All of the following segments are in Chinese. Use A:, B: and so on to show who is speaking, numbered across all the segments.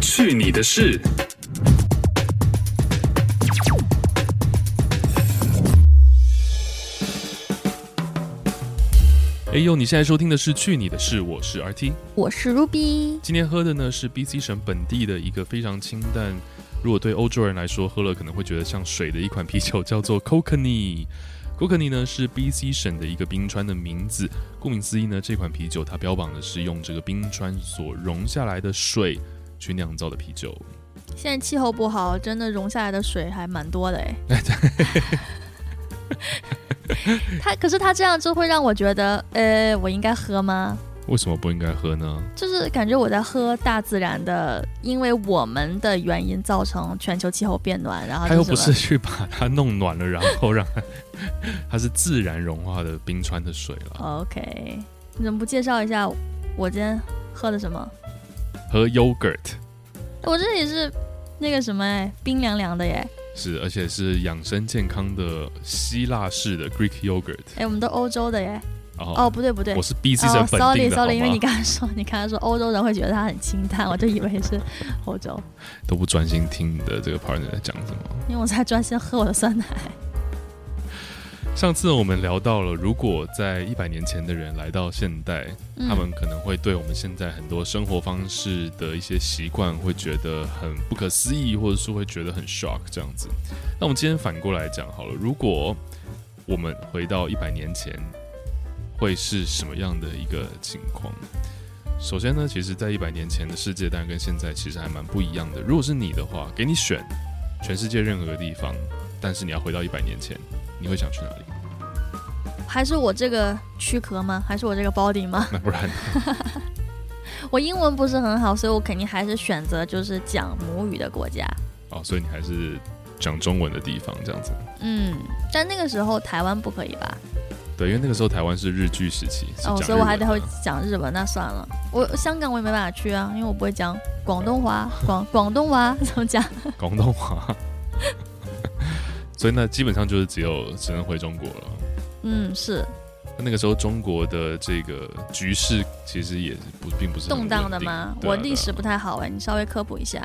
A: 去你的事！哎呦，你现在收听的是《去你的事》，我是 RT，
B: 我是 Ruby。
A: 今天喝的呢是 BC 省本地的一个非常清淡，如果对欧洲人来说喝了可能会觉得像水的一款啤酒，叫做 Coconut。Coconut 呢是 BC 省的一个冰川的名字，顾名思义呢，这款啤酒它标榜的是用这个冰川所融下来的水去酿造的啤酒。
B: 现在气候不好，真的融下来的水还蛮多的 哎。他可是他这样就会让我觉得，呃，我应该喝吗？
A: 为什么不应该喝呢？
B: 就是感觉我在喝大自然的，因为我们的原因造成全球气候变暖，然后
A: 他又不
B: 什
A: 是
B: 么
A: 去把它弄暖了，然后让它， 它是自然融化的冰川的水
B: 哦
A: 了。
B: OK，你怎么不介绍一下我今天喝的什么？哎
A: 喝 yogurt
B: 我这里是那个什么哎，冰凉凉的耶。
A: 是，而且是养生健康的希腊式的 Greek yogurt。
B: 哎，我们都欧洲的耶。
A: 哦
B: 哦，不对不对
A: 我，是 BC
B: 哦
A: 省本地
B: ，sorry
A: 的，好
B: sorry，因为
A: 吗
B: 你刚才说， 你刚才说欧洲人会觉得它很清淡，我就以为是欧洲，
A: 都不专心听你的这个 partner 在讲什么。
B: 因为我在专心喝我的酸 奶。
A: 上次我们聊到了，如果在一百年前的人来到现代，
B: 嗯
A: 他们可能会对我们现在很多生活方式的一些习惯会觉得很不可思议，或者是会觉得很 shock 这样子。那我们今天反过来讲好了，如果我们回到一百年前，会是什么样的一个情况？首先呢，其实，在一百年前的世界，当然跟现在其实还蛮不一样的。如果是你的话，给你选全世界任何地方，但是你要回到一百年前，你会想去哪里？
B: 还是我这个躯壳吗？还是我这个 body 吗？
A: 那不然呢，
B: 我英文不是很好，所以我肯定还是选择就是讲母语的国家。
A: 哦，所以你还是讲中文的地方这样子。
B: 嗯，但那个时候台湾不可以吧？
A: 对，因为那个时候台湾是日据时期，是
B: 哦，
A: 讲
B: 所以我还
A: 日
B: 得
A: 文啊
B: 会
A: 的
B: 讲日文，那算了。我香港我也没办法去啊，因为我不会讲广东话，广广东话 怎么讲？
A: 广东话， 所以呢，基本上就是只有只能回中国了。
B: 嗯，是
A: 那个时候中国的这个局势其实也不并不是很
B: 动荡
A: 稳
B: 的
A: 定
B: 吗？
A: 对啊
B: 我
A: 对啊
B: 历史不太好哎，你稍微科普一下。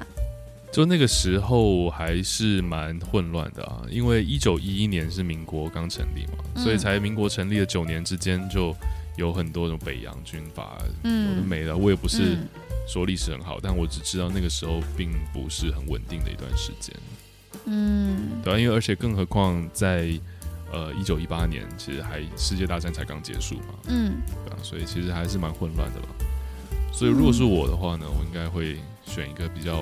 A: 就那个时候还是蛮混乱的啊，因为一九一一年是民国刚成立嘛，
B: 嗯
A: 所以才民国成立的九年之间就有很多种北洋军阀，有的
B: 嗯，
A: 没的。我也不是
B: 嗯
A: 说历史很好，但我只知道那个时候并不是很稳定的一段时间。
B: 嗯，
A: 对啊、因为而且更何况在呃一九一八年，其实还世界大战才刚结束嘛，
B: 嗯，
A: 对啊，所以其实还是蛮混乱的吧。所以如果
B: 嗯
A: 是我的话呢，我应该会选一个比较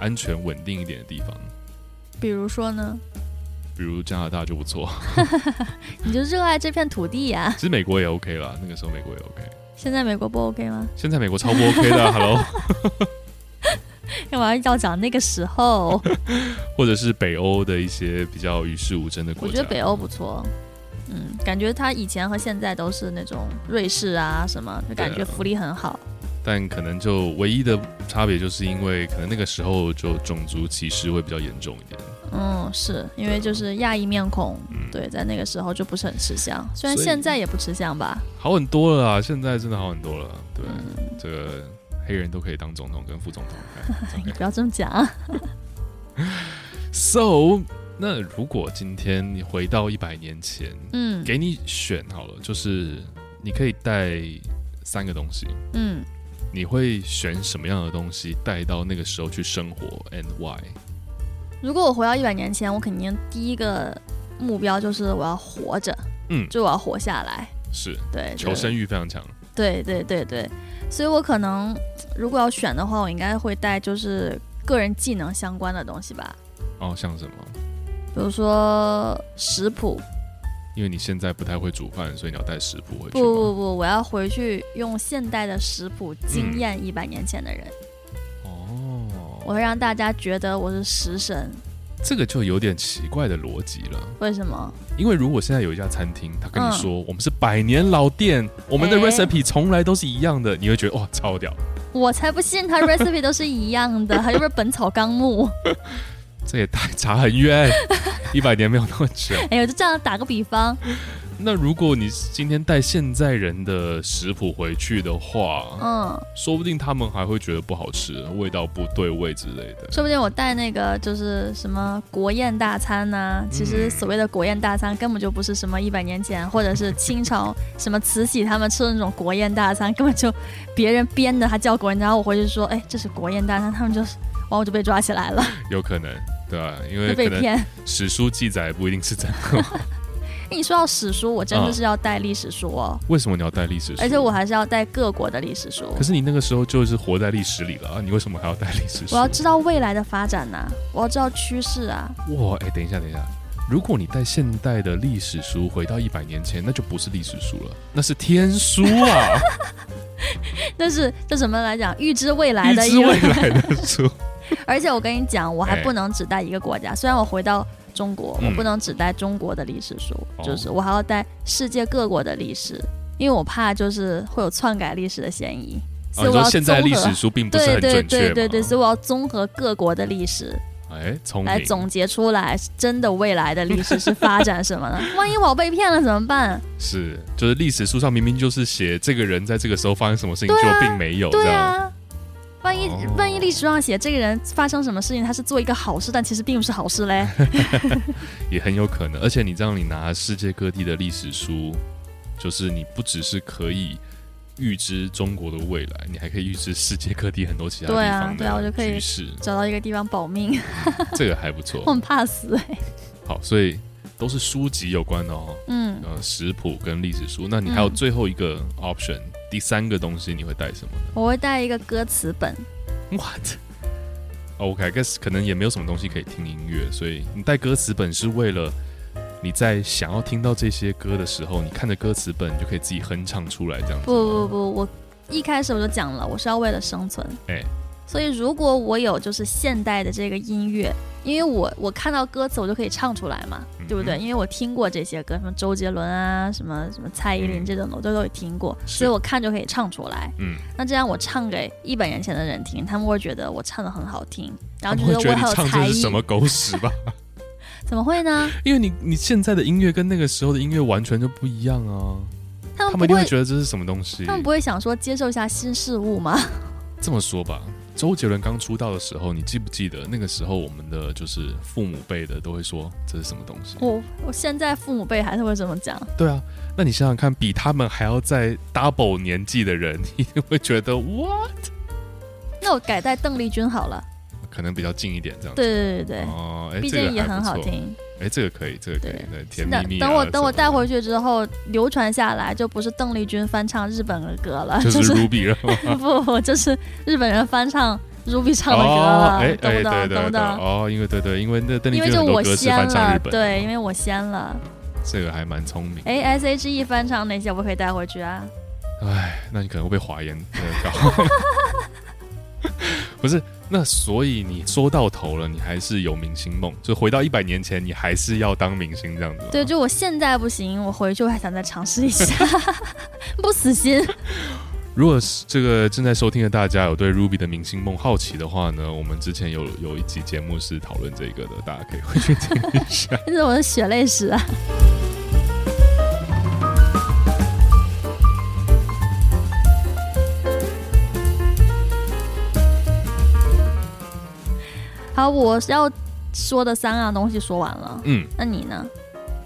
A: 安全稳定一点的地方，
B: 比如说呢，
A: 比如加拿大就不错。
B: 你就热爱这片土地呀、
A: 其实美国也 OK 啦，那个时候美国也 OK，
B: 现在美国不 OK 吗？
A: 现在美国超不 OK 的、啊、，Hello，
B: 因为我要要讲那个时 候，
A: 或者是北欧的一些比较与世无争的
B: 我
A: 国
B: 觉
A: 家
B: 得。北欧不错。嗯，感觉它以前和现在都是那种瑞士啊什么，就感
A: 对
B: 觉
A: 啊
B: 福利很好。
A: 但可能就唯一的差别，就是因为可能那个时候就种族歧视会比较严重一点。
B: 嗯，是因为就是亚裔面孔，
A: 嗯，
B: 对，在那个时候就不是很吃香，虽然
A: 所以
B: 现在也不吃香吧。
A: 好很多了啊，现在真的好很多了。对，
B: 嗯，
A: 这个黑人都可以当总统跟副总统。哎
B: 你不要这么 讲。啊
A: so，那如果今天你回到一百年前，
B: 嗯
A: 给你选好了，就是你可以带三个东西，
B: 嗯，
A: 你会选什么样的东西带到那个时候去生活？And why？
B: 如果我回到一百年前，我肯定第一个目标就是我要活着，
A: 嗯
B: 就我要活下来，
A: 是
B: 对，
A: 求
B: 就是
A: 生欲非常强。
B: 对对对对，所以我可能如果要选的话，我应该会带就是个人技能相关的东西吧，
A: 哦，像什么？
B: 比如说食谱。
A: 因为你现在不太会煮饭，所以你要带食谱回去
B: 不
A: 吗。
B: 不不，我要回去用现代的食谱惊艳一百年前的人，
A: 哦，
B: 我会让大家觉得我是食神。
A: 这个就有点奇怪的逻辑了。
B: 为什么？
A: 因为如果现在有一家餐厅，他跟你
B: 嗯
A: 说、我们是百年老店，我们的
B: 哎
A: recipe 从来都是一样的，你会觉得哇超屌，
B: 我才不信他 recipe 都是一样的，还是不是《本草纲目》？
A: 这也太差很远，一百年没有那么久。
B: 哎呦，就这样打个比方，
A: 那如果你今天带现在人的食谱回去的话，
B: 嗯，
A: 说不定他们还会觉得不好吃，味道不对味之类的。
B: 说不定我带那个就是什么国宴大餐
A: 嗯
B: 呐、其实所谓的国宴大餐根本就不是什么一百年前或者是清朝什么慈禧他们吃的那种国宴大餐，根本就别人编的，还叫国宴大餐。然后我回去说，哎，这是国宴大餐，他们就是，完我就被抓起来了，
A: 有可能， 对吧、因
B: 就
A: 为
B: 被
A: 可能
B: 骗。
A: 史书记载不一定是真的。
B: 你说到史书，我真的
A: 嗯
B: 是要带历史书哦，
A: 为什么你要带历史书？
B: 而且我还是要带各国的历史书
A: 啊
B: 哦
A: 可。是你那个时候就是活在历史里了啊！你为什么还要带历史书？
B: 我要知道未来的发展呐、我要知道趋势啊。
A: 哇，哎、等一下，等一下，如果你带现代的历史书回到一百年前，那就不是历史书了，那是天书啊，
B: 但是这怎么来讲，预知未 来
A: 预
B: 的
A: 知
B: 一个
A: 未。来的书。
B: 而且我跟你讲，我还
A: 哎
B: 不能只带一个国家。虽然我回到中国，
A: 嗯
B: 我不能只带中国的历史书，
A: 哦
B: 就是我还要带世界各国的历史，因为我怕就是会有篡改历史的嫌疑。
A: 啊，
B: 所以
A: 你
B: 我要
A: 说
B: 综
A: 现在
B: 合。
A: 历史书并不是
B: 对
A: 很
B: 对
A: 准确哦
B: 对
A: 嘛
B: 对对，所以我要综合各国的历史，
A: 哎，聪
B: 来
A: 明，
B: 总结出来，真的未来的历史是发展什么 呢？万一我被骗了怎么办？
A: 是，就是历史书上明明就是写这个人在这个时候发生什么事情，
B: 对
A: 就
B: 啊
A: 并没有这
B: 对
A: 样。
B: 啊，万一、
A: 哦
B: 万一历史上写这个人发生什么事情，他是做一个好事，但其实并不是好事嘞。
A: 也很有可能。而且你这样，你拿世界各地的历史书，就是你不只是可以预知中国的未来，你还可以预知世界各地很多其他地
B: 对啊
A: 方
B: 对啊我就
A: 的
B: 可以
A: 局势，
B: 找到一个地方保命，
A: 这个还不
B: 我
A: 错。
B: 很怕死哎、
A: 好，所以都是书籍有关的哦，
B: 嗯，
A: 呃，食谱跟历史书。那你还有
B: 嗯
A: 最后一个 option，、第三个东西你会带什么呢
B: 我会带一个歌词本，
A: ？What？o k I guess 可能也没有什么东西可以听音乐，所以你带歌词本是为了你在想要听到这些歌的时候，你看着歌词本你就可以自己哼唱出来这样子。
B: 不不不，我一开始我就讲了，我是要为了生存。
A: 哎
B: 所以如果我有就是现代的这个音乐，因为我我看到歌词我就可以唱出来嘛，对不对？
A: 嗯
B: 因为我听过这些歌，什么周杰伦啊，什么什么蔡依林
A: 嗯
B: 这种的，我都有听过，
A: 是
B: 所以我看就可以唱出来。
A: 嗯，
B: 那这样我唱给一百年前的人听，他们会觉得我唱的很好听，然后
A: 他们
B: 就
A: 会
B: 觉
A: 觉得
B: 得我
A: 你
B: 很有
A: 唱
B: 才
A: 这
B: 艺
A: 是。什么狗屎吧？
B: 怎么会呢？
A: 因为你你现在的音乐跟那个时候的音乐完全就不一样啊，
B: 他
A: 他
B: 们
A: 们一
B: 不
A: 定
B: 会，
A: 会
B: 他
A: 觉得这是什么东西。
B: 们不会想说接受一下新事物吗？
A: 这么说吧，周杰伦刚出道的时候，你记不记得那个时候我们的就是父母辈的都会说这是什么东西？
B: 我我现在父母辈还是会这么讲。
A: 对啊，那你想想看，比他们还要在 double 年纪的人，一定会觉得哇，
B: 那我改带邓丽君好了。
A: 可能比较近一点这样子。
B: 对对对对
A: 哦，哎、
B: 对，毕
A: 这
B: 竟
A: 个
B: 也
A: 还不
B: 很好
A: 错。
B: 听。
A: 哎、这个可以，这个可以，对，甜
B: 那
A: 蜜蜜、啊。
B: 等我等我带回
A: 去，
B: 去之后，流传下来就不是邓丽君翻唱日本的歌了，
A: 就是啊
B: 是
A: Ruby 了哦吗。
B: 不不，就是日本人翻唱 Ruby 唱的歌
A: 哦，
B: 了，
A: 哎
B: 懂
A: 哎，对
B: 不懂？懂
A: 对
B: 不
A: 对，
B: 懂？
A: 哦，因为对对，因为那邓丽
B: 因为
A: 君
B: 就
A: 很多
B: 我
A: 歌是
B: 先
A: 翻唱
B: 了
A: 日，本的嘛，
B: 对，因为我先了。
A: 这个还蛮聪明。
B: 哎，S H E 翻唱那些我可以带回去啊。
A: 哎，那你可能会被华研呃搞。 不是，那所以你说到头了，你还是有明星梦，就回到一百年前，你还是要当明星这样子吗。
B: 对，就我现在不行，我回去我还想再尝试一下， 不死心。
A: 如果是这个正在收听的大家有对 Ruby 的明星梦好奇的话呢，我们之前有有一集节目是讨论这个的，大家可以 回去听一下。
B: 你怎么是血泪史啊？好，我要说的三样东西说完了，
A: 嗯，
B: 那你呢？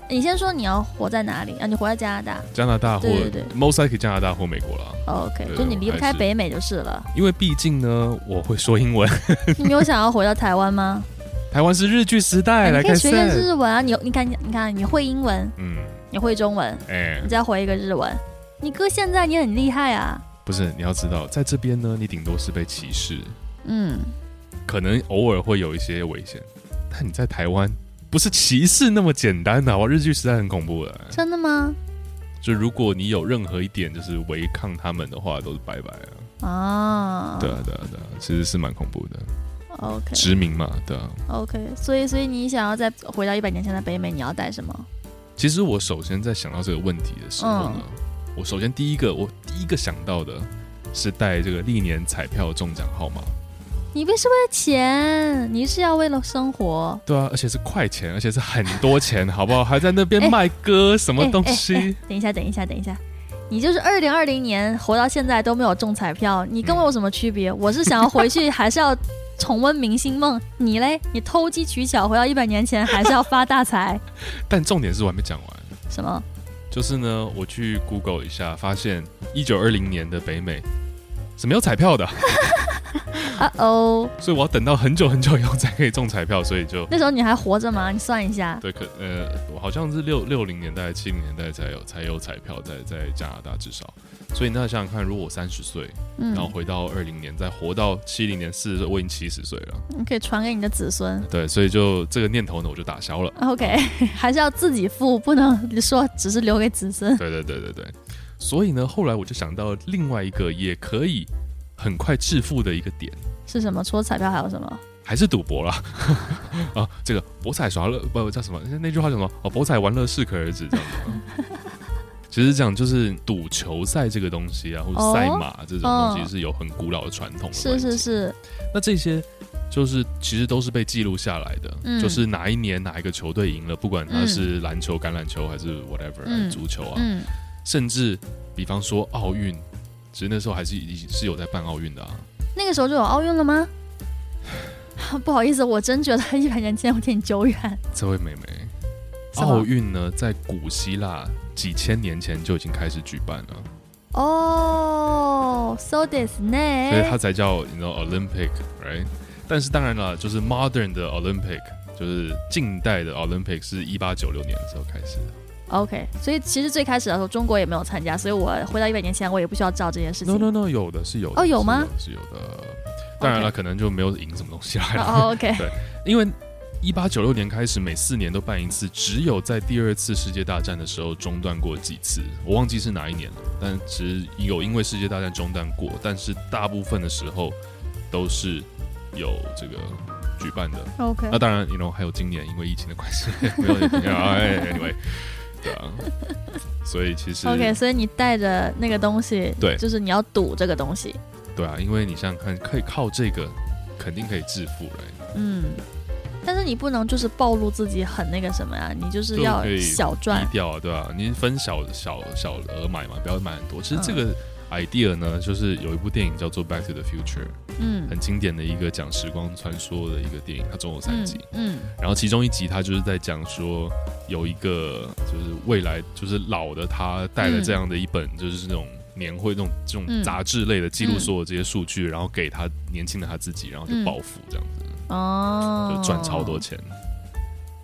B: 你先说你要活在哪里啊？你活在加拿大
A: 加拿大或
B: 对对对
A: most likely 加拿大或美国啦，
B: ，OK，
A: 对
B: 就你离不开
A: 我还是
B: 北美就是了。
A: 因为毕竟呢，我会说英文，
B: 你没有想要回到台湾吗？
A: 台湾是日剧时代，
B: 哎你
A: 哎来
B: 可
A: 看
B: 以学学
A: 赛。
B: 日文啊！你有你看你看你会英文，
A: 嗯，
B: 你会中文，
A: 哎、
B: 你再回一个日文。你哥现在也很厉害啊，
A: 不是，你要知道，在这边呢，你顶多是被歧视，
B: 嗯，
A: 可能偶尔会有一些危险，但你在台湾不是歧视那么简单的、哇，日剧实在很恐怖的、
B: 真的吗？
A: 就如果你有任何一点就是违抗他们的话，都是拜拜啊。
B: 啊，
A: 对啊，对啊，对啊，其实是蛮恐怖的，
B: ，OK
A: 殖民嘛，对啊。
B: OK，所以所以你想要再回到一百年前的北美，你要带什么？
A: 其实我首先在想到这个问题的时候
B: 嗯
A: 呢，我首先第一个我第一个想到的是带这个历年彩票中奖号码，
B: 你不是为了钱，你是要为了生活。
A: 对啊，而且是快钱，而且是很多钱，好不好？还在那 边卖歌，什么东西？
B: 哎哎哎哎等一下，等一下，等一下，你就是二零二零年活到现在都没有中彩票，你跟我有什么区别？我是想要回去，还是要重温明星梦？你嘞？你偷机取巧，回到一百年前，还是要发大财？
A: 但重点是我还没讲完，
B: 什么？
A: 就是呢，我去 Google 一下，发现一九二零年的北美是没有彩票的，
B: 啊哦，
A: 所以我要等到很久很久以后才可以中彩票，所以就
B: 那时候你还活着吗？你算一下。
A: 对，可呃，我好像是六六零年代、七零年代才有才有彩票在在加拿大至少，所以那想想看，如果我三十岁，然后
B: 嗯，
A: 回到二零年，再活到七零年四十，我已经七十岁了，
B: 你可以传给你的子孙。
A: 对，所以就这个念头呢，我就打消了。
B: OK，还 是要自己付，不能说只是留给子孙。
A: 对对对对对，所以呢，后来我就想到另外一个也可以很快致富的一个点，
B: 是什么？除了彩票还有什么？
A: 还是赌博啦。 啊，这个博彩耍乐不叫什么？那那句话叫什么？哦，博彩玩乐适可而止 这样子吗。其实讲就是赌球赛这个东西啊，或者赛马这种东
B: 哦
A: 西是有很古老的传统的
B: 是
A: 关
B: 是
A: 系。
B: 是，
A: 那这些就是其实都是被记录下来的，
B: 嗯
A: 就是哪一年哪一个球队赢了，不管它
B: 嗯
A: 是篮球、橄榄球还是 whatever，、
B: 嗯
A: 还是足球啊，
B: 嗯，
A: 甚至比方说奥运，其实那时候还是已经是有在办奥运的啊。
B: 那个时候就有奥运了吗？不好意思，我真觉得一百年前有点久远。
A: 这位妹妹，
B: 什么
A: 奥运呢，在古希腊几千年前就已经开始举办了，
B: 哦、s o this
A: 所以它
B: 呢？
A: 才叫你知道 Olympic，right？但是当然了，就是 modern 的 Olympic，就是近代的 Olympic 是一八九六年的时候开始的。
B: OK，所以其实最开始的时候中国也没有参加，所以我回到一百年前，我也不需要知道这件事情。
A: No no no，有的是有的
B: 哦有吗？
A: 是有的是有的，当然了，可能就没有赢什么东西来了。
B: 哦、o k
A: 因为一八九六年开始，每四年都办一次，只有在第二次世界大战的时候中断过几次，我忘记是哪一年了。但只有因为世界大战中断过，但是大部分的时候都是有这个举办的。
B: OK，
A: 那当然，你 know 还有今年因为疫情的关系，没有没有哎，anyway，对啊，所以其实
B: OK，所以你带着那个东西，
A: 对
B: 就是你要赌这个东西。
A: 对啊，因为你想想看，可以靠这个肯定可以致富来。
B: 嗯，但是你不能就是暴露自己很那个什么呀、你就是
A: 就
B: 要
A: 可以
B: 小赚
A: 低。调啊，对吧、你分小小小额买嘛，不要买很多。其
B: 嗯
A: 实这个 idea 呢，就是有一部电影叫做《Back to the Future》，
B: 嗯
A: 很经典的一个讲时光穿梭的一个电影，它总有三
B: 嗯
A: 集。
B: 嗯
A: 然后其中一集它就是在讲说，有一个就是未来就是老的他带了这样的一本就是那种。年会那种这种
B: 嗯
A: 杂志类的记录所有这些数据，然后给他年轻的他自己，然后就
B: 嗯
A: 暴富这样子，
B: 哦，
A: 就赚超多。钱。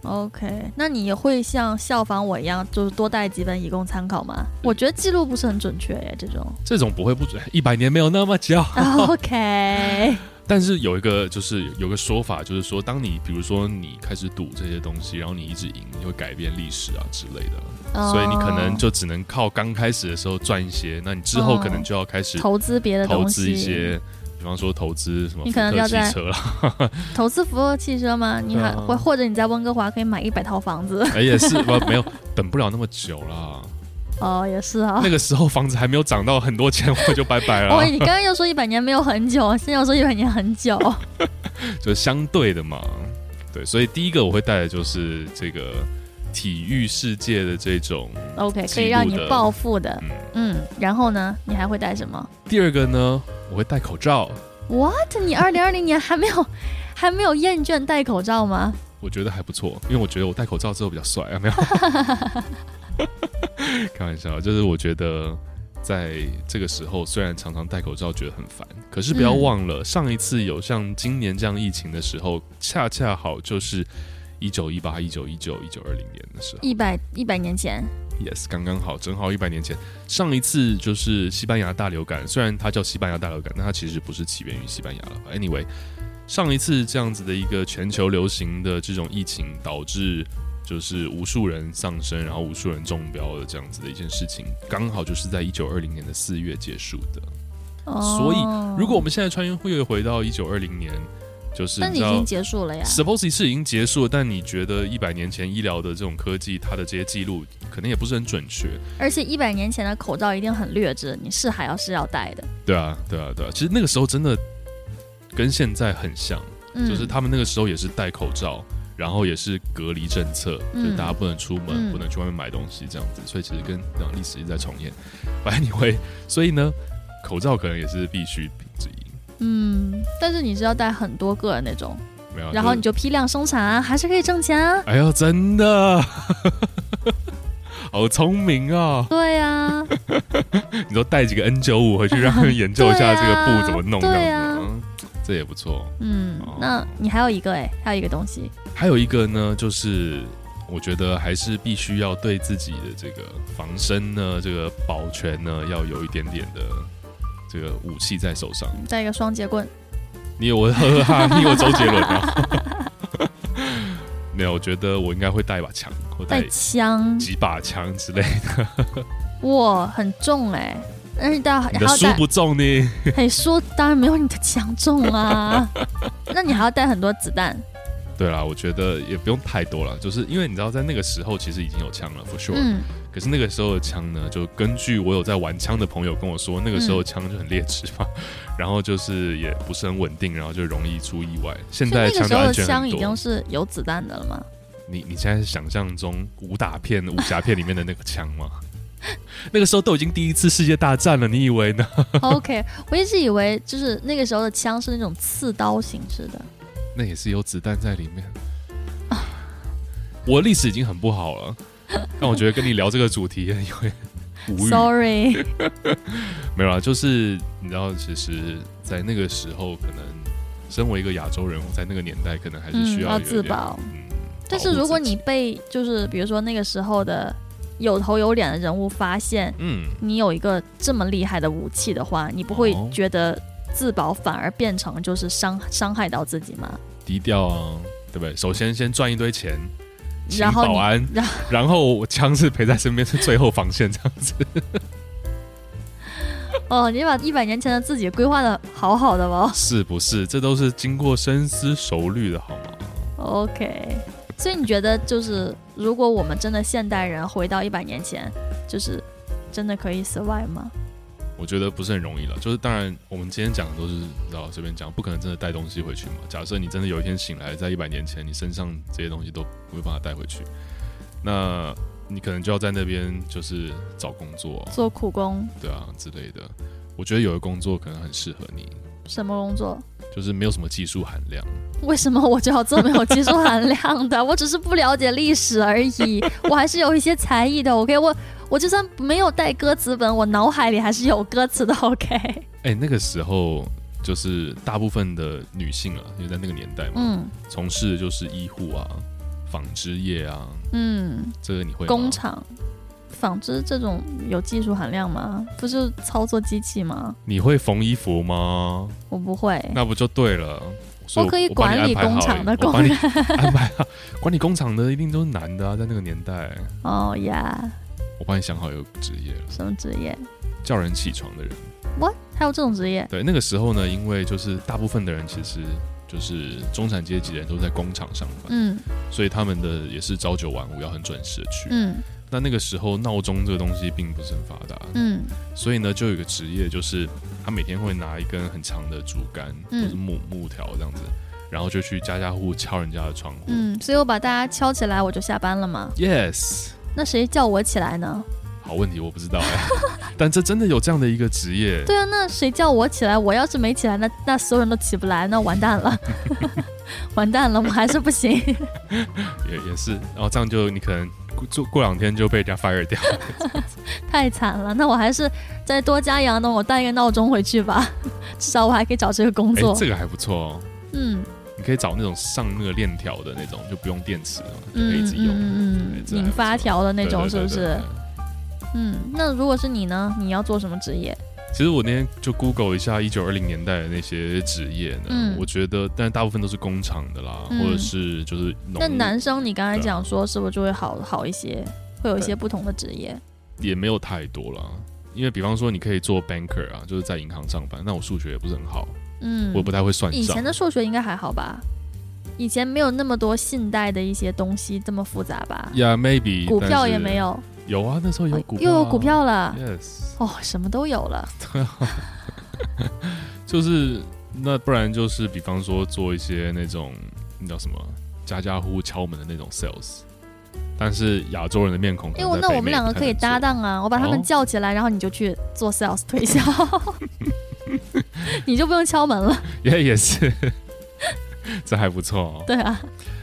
B: OK，那你也会像效仿我一样，就是多带几本以供参考
A: 嗯
B: 吗？我觉得记录不是很准确耶，这种。
A: 这种不会不准，一百年没有那么久。
B: OK，
A: 但是有一个就是有个说法，就是说，当你比如说你开始赌这些东西，然后你一直赢，你会改变历史啊之类的，
B: 哦
A: 所以你可能就只能靠刚开始的时候赚一些，那你之后可能就要开始
B: 哦投资别的
A: 投
B: 东
A: 资
B: 西，
A: 一些，比方说投资什么
B: 你
A: 福
B: 可能
A: 特
B: 要
A: 汽
B: 在
A: 车啊啦，
B: 投资福特汽车吗？你还
A: 对啊
B: 或或者你在温哥华可以买一百套房子？
A: 哎也是不没有等不了那么久啦，
B: 哦，也是啊。
A: 那个时候房子还没有涨到很多钱，我就拜拜了
B: 哦，
A: 啊，
B: 你刚刚又说一百年没有很久，现在又说一百年很久。
A: 就是相对的嘛，对，所以第一个我会带的就是这个体育世界的这种
B: OK，可
A: 记
B: 以
A: 录
B: 让你
A: 的
B: 暴富的。
A: 嗯。
B: 嗯，然后呢，你还会带什么
A: 第二个呢，我会戴口罩。
B: ？What？你二零二零年还没有还没有厌倦戴口罩吗？
A: 我觉得还不错，因为我觉得我戴口罩之后比较帅啊，没有？ 开玩笑，就是我觉得在这个时候，虽然常常戴口罩觉得很烦，可是不要忘了，上一次有像今年这样疫情的时候，恰恰好就是一九一八、一九一九、一九二零年的时候
B: 一百一百年前，
A: ，yes，刚刚好，正好一百年前。上一次就是西班牙大流感，虽然它叫西班牙大流感，但它其实不是起源于西班牙了。Anyway，上一次这样子的一个全球流行的这种疫情，导致就是无数人丧生，然后无数人中标的这样子的一件事情，刚好就是在一九二零年的四月结束的。所以
B: 哦
A: 如果我们现在穿越会回到一九二零年，就是
B: 但
A: 你
B: 已
A: 知道
B: 经。结束了啊呀。
A: Suppose 是已经结束了，但你觉得一百年前医疗的这种科技，它的这些记录可能也不是很准确，
B: 而且一百年前的口罩一定很劣质，你是还要是要戴的。
A: 对啊，对啊，对啊。其实那个时候真的跟现在很像，
B: 嗯
A: 就是他们那个时候也是戴口罩，然后也是隔离政策，
B: 嗯
A: 就是大家不能出门，
B: 嗯
A: 不能去外面买东西这样子，所以其实跟这样历史一直在重演。反正你会，所以呢，口罩可能也是必需品之一。
B: 嗯，但是你是要带很多个那种，
A: 没有，啊
B: 然后
A: 就
B: 你
A: 是
B: 就批量生产啊，还是可以挣钱啊。
A: 哎呦，真的，好聪明啊！
B: 对呀、
A: 你都带几个 N 九五回去，让他们研究一下这个布怎么弄，这
B: 对啊
A: 样子吗，嗯这也不错。
B: 嗯
A: 哦，
B: 那你还有一个哎、还有一个东西，
A: 还有一个呢，就是我觉得还是必须要对自己的这个防身呢，这个保全呢，要有一点点的这个武器在手上。
B: 带一个双节棍。
A: 你有我呵呵哈，你有周杰伦啊？ 没有，我觉得我应该会带一把枪，或带
B: 带枪，
A: 几把枪之类。
B: 哇，很重哎、但是带还
A: 你的
B: 要
A: 书
B: 带，
A: 不重呢？
B: 嘿，书当然没有你的枪重啊。 那你还要带很多子弹，
A: 对啦，我觉得也不用太多了，就是因为你知道，在那个时候其实已经有枪了，for sure、
B: 嗯，
A: 可是那个时候的枪呢，就根据我有在玩枪的朋友跟我说，那个时候
B: 嗯
A: 的枪就很劣质嘛， 然后就是也不是很稳定，然后就容易出意外。现
B: 所
A: 在
B: 以那个
A: 枪
B: 时
A: 就
B: 候
A: 安
B: 的
A: 全
B: 枪
A: 很
B: 已
A: 多
B: 经。是有子弹的了 吗？
A: 你你现在是想象中武打片、武侠片里面的那个枪 吗？那个时候都已经第一次世界大战了，你以为呢？
B: OK，我一直以为就是那个时候的枪是那种刺刀形式的。
A: 那也是有子弹在里 面。我的历史已经很不好了，但我觉得跟你聊这个主题因为无语。
B: Sorry，
A: 没有啦，就是你知道，其实，在那个时候，可能身为一个亚洲人，在那个年代，可能还是需
B: 嗯，
A: 要
B: 要
A: 有一
B: 自
A: 点。
B: 保。
A: 嗯，
B: 但
A: 保
B: 是
A: 护
B: 如果
A: 自己
B: 你被就是比如说那个时候的有头有脸的人物发现
A: 嗯，
B: 你有一个这么厉害的武器的话，你不会
A: 哦
B: 觉得自保反而变成就是伤伤害到自己吗？
A: 低调啊，对不对？首先先赚一堆钱，请
B: 然后
A: 保
B: 你
A: 安，
B: 然
A: 然后我枪是陪在身边，是最后防线这样子。
B: 哦，你把一百年前的自己规划的好好的哦。
A: 是不是？这都是经过深思熟虑的，好吗？
B: OK，所以你觉得就是如果我们真的现代人回到一百年前，就是真的可以 survive 吗？
A: 我觉得不是很容易了。就是当然，我们今天讲的都是你知道随便讲，不可能真的带东西回去嘛。假设你真的有一天醒来，在一百年前，你身上这些东西都没有办法带回去，那你可能就要在那边就是找工作啊、
B: 做苦工，
A: 对啊之类的。我觉得有的工作可能很适合你，
B: 什么工作？
A: 就是没有什么技术含量。
B: 为什么我就要做没有技术含量的？ 我只是不了解历史而已，我还是有一些才艺的。OK，我我就算没有带歌词本，我脑海里还是有歌词的。OK，
A: 哎、那个时候就是大部分的女性啊，因为在那个年代嘛，
B: 嗯
A: 从事的就是医护啊、纺织业啊，
B: 嗯，
A: 这个你会吗
B: 工厂、纺织这种有技术含量吗？不是操作机器吗？
A: 你会缝衣服吗？
B: 我不会。
A: 那不就对了？所
B: 我可以
A: 我帮你
B: 管理
A: 安排好
B: 工厂的
A: 我帮你安排好 管理工厂的一定都是男的啊，在那个年代，
B: 哦呀，
A: 我帮你想好有个职业了，
B: 什么职业
A: 叫人起床的人。
B: ？What？还有这种职业？
A: 对，那个时候呢，因为就是大部分的人其实就是中产阶级的人都在工厂上班，
B: 嗯
A: 所以他们的也是朝九晚五，要很准时的去。
B: 嗯
A: 那那个时候闹钟这个东西并不是很发达，
B: 嗯
A: 所以呢，就有一个职业，就是他每天会拿一根很长的竹竿、
B: 嗯
A: 或者木木条这样子，然后就去家家户户敲人家的窗户。
B: 嗯，所以我把大家敲起来，我就下班了嘛。
A: Yes，
B: 那谁叫我起来呢？
A: 好问题，我不知道哎、 但这真的有这样的一个职业，
B: 对啊，那谁叫我起来？我要是没起来，那那所有人都起不来，那完 蛋了，完蛋了，我还是不行。
A: 也也是，然后这样就你可能过过过两天就被人家 fire 掉。
B: 太惨了，那我还是再多加羊呢，我带一个闹钟回去吧，至少我还可以找这个工
A: 哎、
B: 作。
A: 这个还不错哦，
B: 嗯
A: 你可以找那种上那个链条的那种，就不用电池了，就可以一
B: 嗯
A: 直用。
B: 嗯嗯
A: 对
B: 嗯，引发。条的
A: 这还
B: 那
A: 不错对对对
B: 种是不？是
A: 对？对
B: 嗯，那如果是你呢？你要做什么职业？
A: 其实我那天就 Google 一下一九二零年代的那些职业呢，
B: 嗯
A: 我觉得，但大部分都是工厂的啦，
B: 嗯
A: 或者是就是农
B: 那
A: 务
B: 男生你刚才讲说是不是就会好好一些，会有一些不同的职业？
A: 也没有太多啦。因为比方说，你可以做 banker 啊，就是在银行上班。那我数学也不是很好，
B: 嗯
A: 我也，不太会算
B: 以
A: 账
B: 前。的数学应该还好吧？以前没有那么多信贷的一些东西这么复杂吧？
A: Yeah, maybe
B: 股票也
A: 但是
B: 没有，哎
A: 有啊，那时候有股票、
B: 又有股。
A: 哎
B: 票了，
A: Yes，
B: 哦，什么都有了。
A: 就是那不然就是比方说做一些那种那叫什么家家户户敲门的那种 sales，但是亚洲人的面孔可
B: 因
A: 能在
B: 为那
A: 北
B: 哎我们
A: 美
B: 两个
A: 不太
B: 可以
A: 能
B: 搭
A: 做
B: 档啊，我把他们
A: 哦
B: 叫起来，然后你就去做 sales 推销， 你就不用敲门了。
A: 也也是， 这还不错哦。
B: 对啊，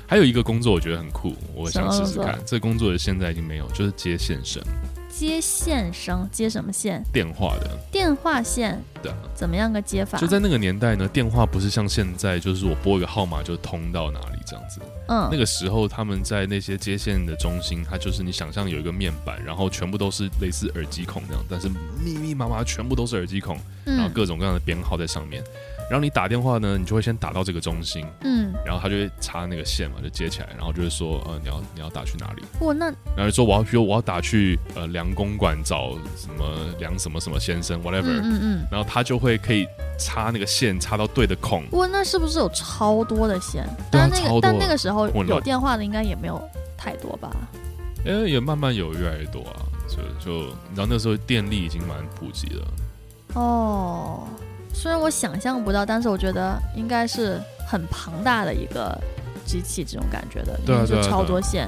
A: 还有一个工作我觉得很酷，我想试
B: 什
A: 试
B: 么工
A: 看。这个工作现在已经没有，就是接线生
B: 接线生接什么线？
A: 电话的。
B: 电话线
A: 对啊，
B: 怎么样个接法？
A: 就在那个年代呢，电话不是像现在，就是我拨一个号码就通到哪里这样子。
B: 嗯
A: 那个时候他们在那些接线的中心，它就是你想象有一个面板，然后全部都是类似耳机孔那样，但是密密麻麻全部都是耳机孔，然后
B: 嗯
A: 各种各样的编号在上面。然后你打电话呢，你就会先打到这个中心，
B: 嗯，
A: 然后他就会插那个线嘛，就接起来，然后就会说，呃，你要你要打去哪里？
B: 哇，那
A: 然后就说我要比如我要打去呃梁公馆找什么梁什么什么先生
B: 嗯
A: whatever，、
B: 嗯嗯，
A: 然后他就会可以插那个线插到对的孔，
B: 哇，那是不是有超多的线？
A: 对啊
B: 但那
A: 超多
B: 个但那个时候
A: 混乱
B: 有电话的应该也没有太多吧？
A: 因为也慢慢有越来越多啊，所以就你知道那时候电力已经蛮普及了，
B: 哦，虽然我想象不到，但是我觉得应该是很庞大的一个机器，这种感觉的，
A: 对啊
B: 因为
A: 对啊
B: 就超多线。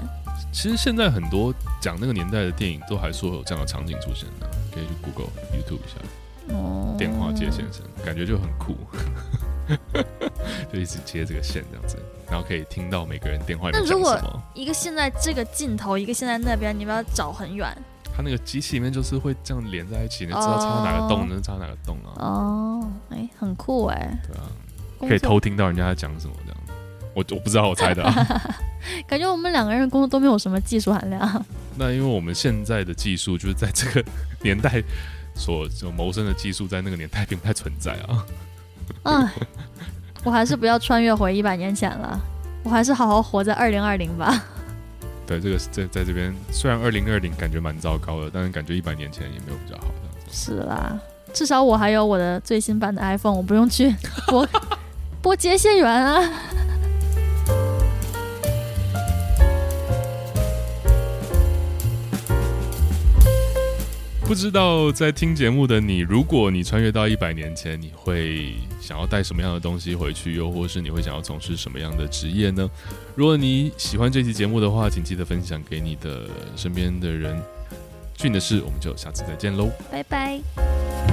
A: 其实现在很多讲那个年代的电影都还说有这样的场景出现的、可以去 Google、YouTube 一下
B: 哦，
A: 电话接线声，感觉就很酷， 就一直接这个线这样子，然后可以听到每个人电话里面
B: 那
A: 讲
B: 如果
A: 什么。
B: 一个现在这个尽头，一个现在那边，你们要找很远
A: 它那个机器里面就是会这样连在一起，你知道插哪个洞，
B: 哦
A: 能插哪个洞啊？
B: 哦。哎，很酷哎，
A: 对啊，
B: 工
A: 可以
B: 作
A: 偷听到人家在讲什么这样。我我不知道，我猜的、 啊。
B: 感觉我们两个人的工作都没有什么技术含量。
A: 那因为我们现在的技术就是在这个年代所所谋生的技术，在那个年代并不太存在啊。
B: 唉，我还是不要穿越回一百年前了，我还是好好活在二零二零吧。
A: 对，这个是在在这边，虽然二零二零感觉蛮糟糕的，但是感觉一百年前也没有比较好的。
B: 是啦，至少我还有我的最新版的 iPhone，我不用去拨 拨接线员啊。
A: 不知道在听节目的你，如果你穿越到一百年前，你会想要带什么样的东西回去？又或是你会想要从事什么样的职业呢？如果你喜欢这期节目的话，请记得分享给你的身边的人。俊的事，我们就下次再见喽。
B: 拜拜。